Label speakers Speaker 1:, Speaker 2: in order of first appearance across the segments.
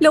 Speaker 1: Lo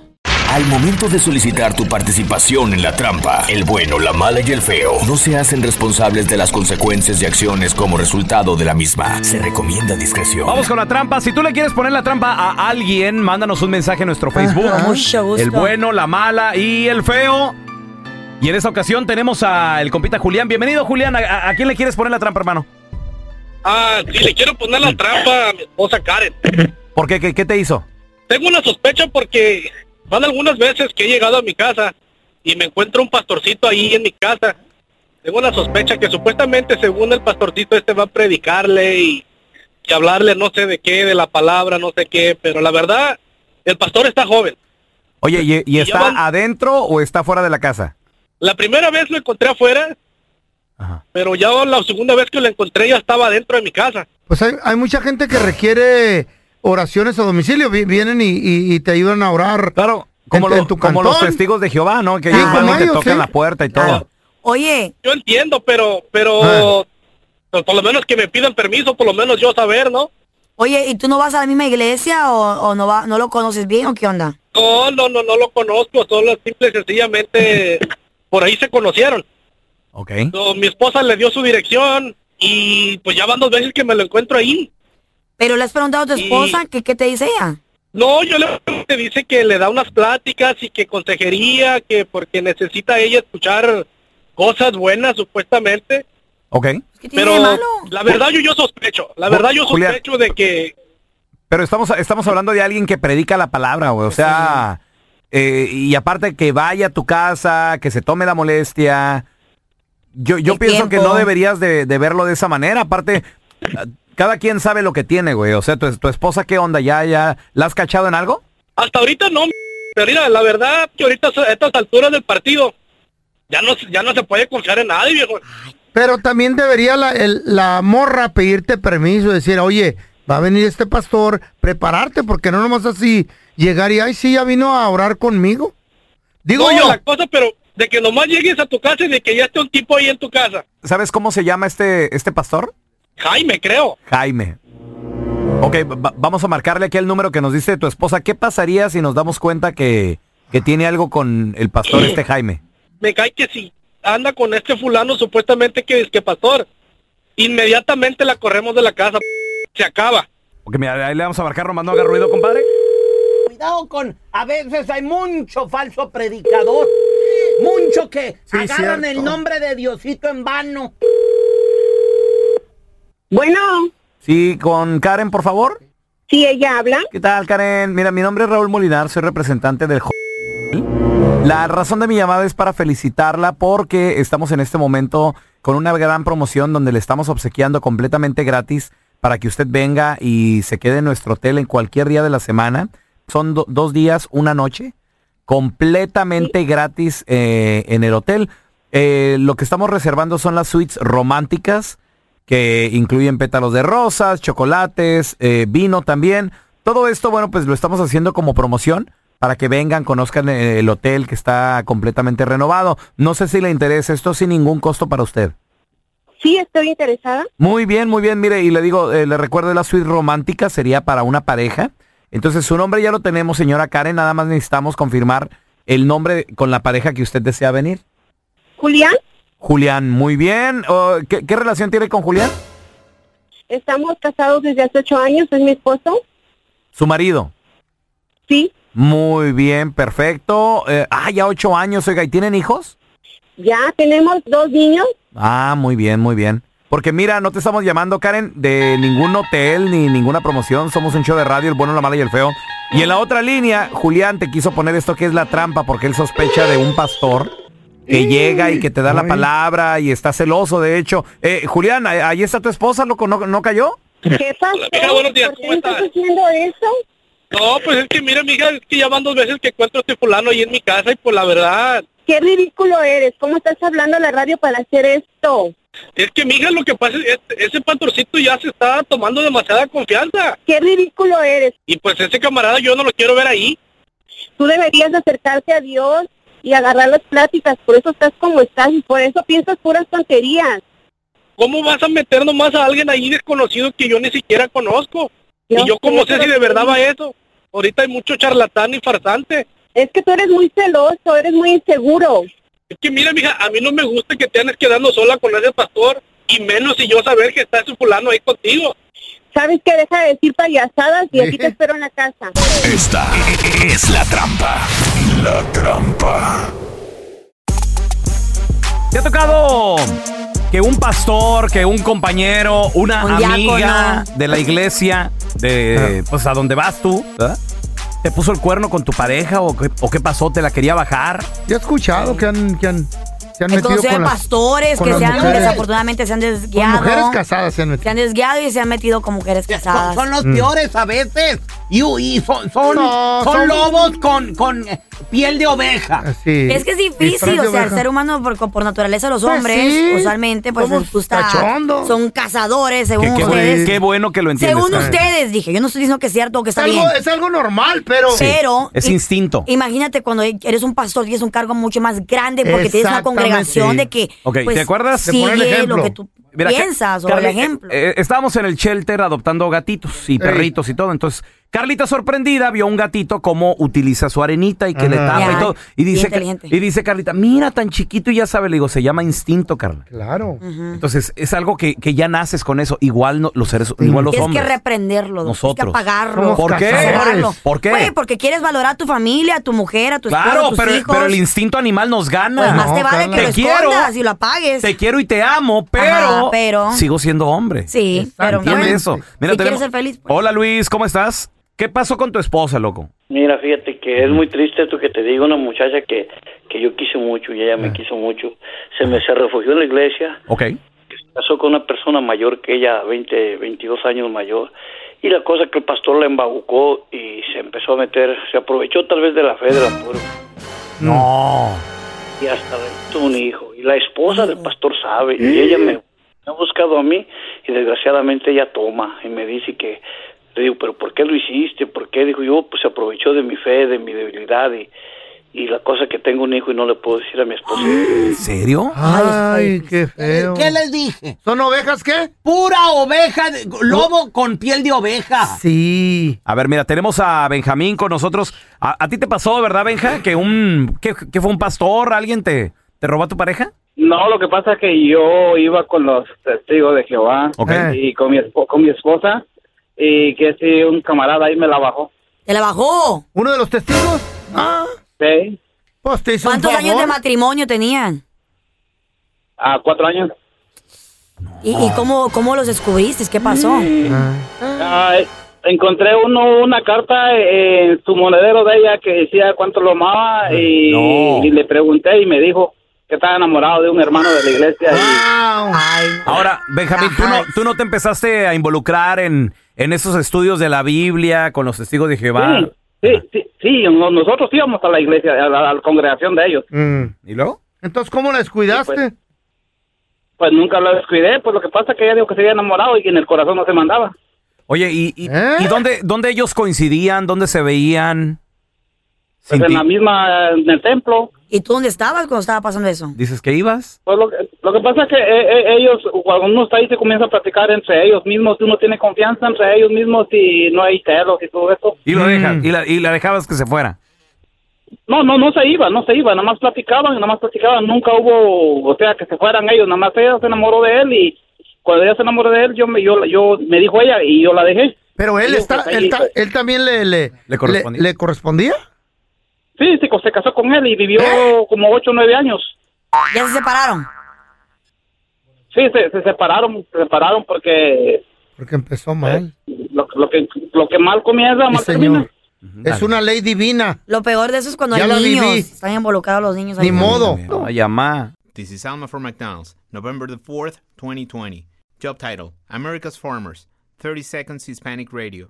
Speaker 2: Al momento de solicitar tu participación en la trampa, el bueno, la mala y el feo no se hacen responsables de las consecuencias y acciones como resultado de la misma. Se recomienda discreción.
Speaker 3: Vamos con la trampa. Si tú le quieres poner la trampa a alguien, mándanos un mensaje en nuestro Facebook.
Speaker 4: mucho gusto.
Speaker 3: El bueno, la mala y el feo. Y en esta ocasión tenemos a el compita Julián. Bienvenido, Julián. ¿A, a- a quién le quieres poner la trampa, hermano?
Speaker 5: Ah, sí, le quiero poner la trampa a mi esposa Karen.
Speaker 3: ¿Por qué? ¿Qué, qué te hizo?
Speaker 5: Tengo una sospecha porque van algunas veces que he llegado a mi casa y me encuentro un pastorcito ahí en mi casa. Tengo una sospecha que supuestamente según el pastorcito este va a predicarle y, y hablarle no sé de qué, de la palabra, no sé qué, pero la verdad, el pastor está joven.
Speaker 3: Oye, ¿y, y
Speaker 5: ya
Speaker 3: está
Speaker 5: van-
Speaker 3: adentro o está fuera de la casa?
Speaker 5: La primera vez lo encontré afuera,
Speaker 3: Ajá.
Speaker 5: pero ya la segunda vez que lo encontré ya estaba dentro de mi casa.
Speaker 4: Pues hay, hay mucha gente que requiere oraciones a domicilio. Vi- Vienen y, y- y te ayudan a orar. Ah,
Speaker 3: Claro, como,
Speaker 4: En- en
Speaker 3: los-
Speaker 4: tu
Speaker 3: como los
Speaker 4: cantón.
Speaker 3: testigos de Jehová, ¿no? Que
Speaker 4: Sí,
Speaker 3: ellos van
Speaker 4: como
Speaker 3: y te
Speaker 4: ellos,
Speaker 3: tocan
Speaker 4: sí.
Speaker 3: la puerta y todo.
Speaker 6: Oye,
Speaker 5: Yo entiendo, pero, pero
Speaker 4: Ah.
Speaker 5: pues, por lo menos que me pidan permiso, por lo menos yo saber, ¿no?
Speaker 6: oye, ¿y tú no vas a la misma iglesia o, o no va, no lo conoces bien o qué onda?
Speaker 5: No, no, no, no lo conozco, solo simple y sencillamente por ahí se conocieron.
Speaker 3: Ok.
Speaker 5: So, mi esposa le dio su dirección y pues ya van dos veces que me lo encuentro ahí.
Speaker 6: Pero le has preguntado a tu
Speaker 5: Sí.
Speaker 6: esposa que qué te dice ella.
Speaker 5: No, yo le te dice que le da unas pláticas y que consejería, que porque necesita ella escuchar cosas buenas supuestamente,
Speaker 3: Ok.
Speaker 6: ¿Qué tiene
Speaker 5: pero
Speaker 6: de malo?
Speaker 5: la verdad yo yo sospecho, la verdad yo
Speaker 3: Julián.
Speaker 5: sospecho de que
Speaker 3: Pero estamos, estamos hablando de alguien que predica la palabra, güey. O sea, eh, y aparte que vaya a tu casa, que se tome la molestia. Yo, yo
Speaker 6: El
Speaker 3: pienso que
Speaker 6: tiempo.
Speaker 3: no deberías de, de verlo de esa manera. Aparte, eh, cada quien sabe lo que tiene, güey. O sea, tu, tu esposa, ¿qué onda? ¿Ya, ya la has cachado en algo?
Speaker 5: Hasta ahorita no, m- pero mira, la verdad que ahorita a estas alturas del partido ya no, se- ya no se puede confiar en nadie, viejo.
Speaker 4: Pero también debería la, el- la morra pedirte permiso, decir, oye, va a venir este pastor, prepararte, porque no nomás así llegar y, ay, sí, ya vino a orar conmigo. Digo
Speaker 5: No,
Speaker 4: yo,
Speaker 5: la cosa, pero de que nomás llegues a tu casa y de que ya esté un tipo ahí en tu casa.
Speaker 3: ¿Sabes cómo se llama este, este pastor?
Speaker 5: Jaime, creo.
Speaker 3: Jaime. Ok, va- vamos a marcarle aquí el número que nos dice tu esposa. ¿Qué pasaría si nos damos cuenta que, que tiene algo con el pastor este Jaime?
Speaker 5: Me cae que si anda con este fulano supuestamente que es que pastor, inmediatamente la corremos de la casa. Se acaba.
Speaker 3: Ok, mira, ahí le vamos a marcar, Román, no haga ruido, compadre.
Speaker 7: Cuidado con, a veces hay mucho falso predicador, mucho que
Speaker 4: Sí,
Speaker 7: Eh, agarran
Speaker 4: cierto.
Speaker 7: el nombre de Diosito en vano.
Speaker 8: Bueno,
Speaker 3: Sí, con Karen, por favor.
Speaker 8: si ella habla,
Speaker 3: ¿Qué tal, Karen? Mira, mi nombre es Raúl Molinar, soy representante del... J- La razón de mi llamada es para felicitarla porque estamos en este momento con una gran promoción donde le estamos obsequiando completamente gratis para que usted venga y se quede en nuestro hotel en cualquier día de la semana. Son do- dos días, una noche, completamente gratis eh, en el hotel. Eh, lo que estamos reservando son las suites románticas que incluyen pétalos de rosas, chocolates, eh, vino también. Todo esto, bueno, pues lo estamos haciendo como promoción para que vengan, conozcan eh, el hotel que está completamente renovado. No sé si le interesa esto sin ningún costo para usted.
Speaker 8: Sí, estoy interesada.
Speaker 3: Muy bien, muy bien. Mire, y le digo, eh, le recuerdo la suite romántica sería para una pareja. Entonces, su nombre ya lo tenemos, señora Karen. Nada más necesitamos confirmar el nombre con la pareja que usted desea venir.
Speaker 8: Julián,
Speaker 3: Julián, muy bien. Oh, ¿qué, qué relación tiene con Julián?
Speaker 8: estamos casados desde hace ocho años, es mi esposo.
Speaker 3: Su marido.
Speaker 8: Sí,
Speaker 3: Muy bien, perfecto. Eh, ah, ya ocho años, oiga, ¿y tienen hijos?
Speaker 8: ya tenemos dos niños.
Speaker 3: Ah, muy bien, muy bien. Porque mira, no te estamos llamando, Karen, de ningún hotel ni ninguna promoción. Somos un show de radio, el bueno, la mala y el feo. Y en la otra línea, Julián te quiso poner esto que es la trampa porque él sospecha de un pastor que llega y que te da la palabra y está celoso, de hecho. Eh, Julián, ahí ahí está tu esposa, loco, ¿no, no cayó?
Speaker 8: ¿Qué pasó?
Speaker 5: Mija, buenos días,
Speaker 8: ¿Por qué
Speaker 5: ¿cómo
Speaker 8: me estás
Speaker 5: estás?
Speaker 8: haciendo eso?
Speaker 5: No, pues es que mira, mija, es que ya van dos veces que encuentro a este fulano ahí en mi casa y pues la verdad,
Speaker 8: Qué ridículo eres. ¿Cómo estás hablando a la radio para hacer esto?
Speaker 5: es que mija, lo que pasa es que ese pastorcito ya se está tomando demasiada confianza
Speaker 8: Qué ridículo eres.
Speaker 5: y pues ese camarada yo no lo quiero ver ahí.
Speaker 8: Tú deberías acercarte a Dios y agarrar las pláticas. Por eso estás como estás y por eso piensas puras tonterías.
Speaker 5: ¿Cómo vas a meter nomás a alguien ahí desconocido que yo ni siquiera conozco?
Speaker 8: Yo
Speaker 5: y yo cómo
Speaker 8: sé,
Speaker 5: sé
Speaker 8: pero
Speaker 5: si de verdad
Speaker 8: sí.
Speaker 5: va eso. Ahorita hay mucho charlatán y farsante.
Speaker 8: Es que tú eres muy celoso, eres muy inseguro.
Speaker 5: Es que mira, mija, a mí no me gusta que te andes quedando sola con ese pastor y menos si yo saber que está ese fulano ahí contigo.
Speaker 8: ¿Sabes qué? Deja de decir payasadas y aquí te espero en la casa.
Speaker 2: Esta es la trampa. La trampa.
Speaker 3: ¿Te ha tocado que un pastor, que un compañero, una
Speaker 6: Un
Speaker 3: amiga
Speaker 6: diácono.
Speaker 3: de la iglesia, de pues a donde vas tú, ¿verdad? te puso el cuerno con tu pareja o qué, o qué pasó? ¿Te la quería bajar?
Speaker 4: Yo he escuchado que han, que han, se han metido
Speaker 6: Entonces
Speaker 4: con
Speaker 6: sean
Speaker 4: las,
Speaker 6: pastores
Speaker 4: con
Speaker 6: que
Speaker 4: las
Speaker 6: sean,
Speaker 4: mujeres.
Speaker 6: desafortunadamente se han
Speaker 4: con
Speaker 6: desguiado.
Speaker 4: mujeres casadas. Se han metido.
Speaker 6: Se han desguiado y se han metido con mujeres
Speaker 7: Son,
Speaker 6: casadas.
Speaker 7: son los peores a veces. Y, y son, son,
Speaker 4: No,
Speaker 7: son
Speaker 4: son-
Speaker 7: lobos con, con eh, piel de oveja.
Speaker 4: Sí.
Speaker 6: Es que es
Speaker 4: Disfraz
Speaker 6: difícil,
Speaker 4: de
Speaker 6: o sea, el
Speaker 4: oveja.
Speaker 6: ser humano por, por naturaleza, los
Speaker 4: Pues
Speaker 6: hombres,
Speaker 4: sí.
Speaker 6: usualmente, pues
Speaker 4: Somos
Speaker 6: les gusta.
Speaker 4: cachondos.
Speaker 6: Son cazadores, según
Speaker 3: Que- qué, bu-
Speaker 6: ustedes.
Speaker 3: qué bueno que lo entiendes.
Speaker 6: según
Speaker 3: Karen.
Speaker 6: ustedes, dije. Yo no estoy diciendo que es cierto o que
Speaker 4: Es
Speaker 6: está bien.
Speaker 4: algo, es algo normal, pero...
Speaker 3: Sí,
Speaker 6: pero-
Speaker 3: es
Speaker 6: y-
Speaker 3: instinto.
Speaker 6: Imagínate cuando eres un pastor, tienes un cargo mucho más grande porque tienes una
Speaker 4: Exactamente.
Speaker 6: congregación de que pues,
Speaker 3: Ok, ¿te acuerdas? Te
Speaker 6: sigue
Speaker 4: pone el
Speaker 6: lo
Speaker 4: ejemplo.
Speaker 6: que tú
Speaker 3: Mira, Ca-
Speaker 6: piensas o el
Speaker 3: Carly,
Speaker 6: ejemplo.
Speaker 3: eh, eh, estábamos en el shelter adoptando gatitos y perritos y todo. Entonces, Carlita sorprendida vio un gatito cómo utiliza su arenita y que le
Speaker 4: Ajá.
Speaker 3: tapa
Speaker 6: Ya,
Speaker 3: y todo. Y
Speaker 6: bien
Speaker 3: dice, que-
Speaker 6: inteligente.
Speaker 3: y dice Carlita, mira tan chiquito y ya sabe, le digo, se llama instinto, Carla.
Speaker 4: Claro.
Speaker 6: Mm.
Speaker 3: Entonces, es algo que, que ya naces con eso. Igual no- los seres, igual los
Speaker 6: Tienes
Speaker 3: hombres.
Speaker 6: que reprenderlo, tienes que
Speaker 3: Nosotros.
Speaker 6: apagarlo.
Speaker 3: ¿Por qué?
Speaker 6: apagarlo.
Speaker 3: ¿Por qué?
Speaker 6: Güey, porque quieres valorar a tu familia, a tu mujer, a tu esposo, a
Speaker 3: claro,
Speaker 6: tus
Speaker 3: pero,
Speaker 6: hijos.
Speaker 3: pero el instinto animal nos gana.
Speaker 6: Pues más
Speaker 4: No,
Speaker 6: te vale
Speaker 4: Carla.
Speaker 6: que lo
Speaker 3: Te quiero.
Speaker 6: escondas y lo apagues.
Speaker 3: Te quiero y te amo, pero,
Speaker 6: Ajá, pero-
Speaker 3: sigo siendo hombre.
Speaker 6: Sí, pero
Speaker 3: ¿Entiendes
Speaker 6: bueno,
Speaker 3: eso?
Speaker 6: si
Speaker 3: tenemos-
Speaker 6: quieres ser feliz, pues.
Speaker 3: Hola Luis, ¿cómo estás? ¿Qué pasó con tu esposa, loco?
Speaker 9: Mira, fíjate que es muy triste esto que te digo, una muchacha que, que yo quise mucho y ella
Speaker 5: Ah.
Speaker 9: me quiso mucho. Se me se refugió en la iglesia,
Speaker 3: Ok.
Speaker 9: se casó con una persona mayor que ella, 20, 22 años mayor. Y la cosa que el pastor la embabucó y se empezó a meter, se aprovechó tal vez de la fe de la pobre
Speaker 3: No.
Speaker 9: y hasta tuvo un hijo. Y la esposa del pastor sabe, y ella me, me ha buscado a mí, y desgraciadamente ella toma y me dice que, le digo, pero ¿por qué lo hiciste? ¿Por qué? Dijo yo, pues se aprovechó de mi fe, de mi debilidad, y, y la cosa que tengo un hijo y no le puedo decir a mi esposa.
Speaker 3: ¿En serio?
Speaker 4: Ay, qué feo.
Speaker 7: ¿Qué les dije?
Speaker 4: ¿Son ovejas qué?
Speaker 7: Pura oveja, de- lobo con piel de
Speaker 6: Ah.
Speaker 7: oveja.
Speaker 4: Sí.
Speaker 3: A ver, mira, tenemos a Benjamín con nosotros. A, a ti te pasó, ¿verdad, Benja? Que un que, que fue un pastor, alguien te te robó a tu pareja?
Speaker 5: No, lo que pasa es que yo iba con los testigos de Jehová
Speaker 3: Ok.
Speaker 4: Eh.
Speaker 5: y con mi, esp- con mi esposa y que si un camarada ahí me la bajó.
Speaker 6: Te la bajó.
Speaker 4: ¿Uno de los testigos? Ah,
Speaker 5: ¿sí?
Speaker 4: pues te hizo un
Speaker 6: ¿Cuántos años
Speaker 4: favor.
Speaker 6: de matrimonio tenían?
Speaker 5: A cuatro años.
Speaker 6: ¿Y, y cómo, cómo los descubriste? ¿Qué pasó?
Speaker 4: Ah.
Speaker 5: Ah, eh, encontré uno una carta eh, en su monedero de ella que decía cuánto lo amaba y,
Speaker 3: No.
Speaker 5: y le pregunté y me dijo que estaba enamorado de un hermano de la iglesia. y-
Speaker 4: Ah,
Speaker 6: Ay, no.
Speaker 3: Ahora, Benjamín, tú no, tú no te empezaste a involucrar en, en esos estudios de la Biblia con los testigos de Jehová.
Speaker 5: Sí, sí, sí, sí, no- nosotros íbamos a la iglesia, a la, a la congregación de ellos.
Speaker 4: Mm.
Speaker 3: ¿Y luego?
Speaker 4: Entonces, ¿cómo la descuidaste?
Speaker 5: Sí, pues. Pues nunca la descuidé, pues lo que pasa es que ella dijo que se había enamorado y que en el corazón no se mandaba.
Speaker 3: Oye, ¿y, y,
Speaker 5: ¿Eh?
Speaker 3: y dónde, dónde ellos coincidían? ¿Dónde se veían?
Speaker 5: Pues en la misma, en el templo.
Speaker 6: ¿Y tú dónde estabas cuando estaba pasando eso?
Speaker 3: ¿Dices que ibas?
Speaker 5: Pues lo, que- lo que pasa es que eh, eh, ellos, cuando uno está ahí, se comienza a platicar entre ellos mismos. Uno tiene confianza entre ellos mismos y no hay celos y todo eso.
Speaker 3: Y lo dejan, y la, y la dejabas que se fuera.
Speaker 5: No, no, no se iba, no se iba. Nada más platicaban, nada más platicaban. Nunca hubo, o sea, que se fueran ellos. Nada más ella se enamoró de él y cuando ella se enamoró de él, yo me, yo, yo, me dijo ella y yo la dejé.
Speaker 4: Pero él
Speaker 5: Y yo,
Speaker 4: está,
Speaker 5: pues, ahí,
Speaker 4: él, ta-
Speaker 5: pues,
Speaker 4: él también le, le, le correspondía. Le, correspondía?
Speaker 5: Sí, sí, se casó con él y vivió como ocho o nueve años.
Speaker 6: ¿Ya se separaron?
Speaker 5: Sí, se, se separaron, se separaron porque
Speaker 4: Porque empezó mal.
Speaker 5: lo, lo que, lo que mal comienza,
Speaker 4: Mi
Speaker 5: mal termina.
Speaker 4: señor. Es una ley divina.
Speaker 6: Lo peor de eso es cuando
Speaker 4: Ya
Speaker 6: hay
Speaker 4: la
Speaker 6: niños.
Speaker 4: viví.
Speaker 6: Están involucrados los niños. ahí.
Speaker 3: Ay, mamá.
Speaker 10: This is Alma from McDonald's, November the 4th, 2020. Job title America's Farmers, 30 Seconds Hispanic Radio.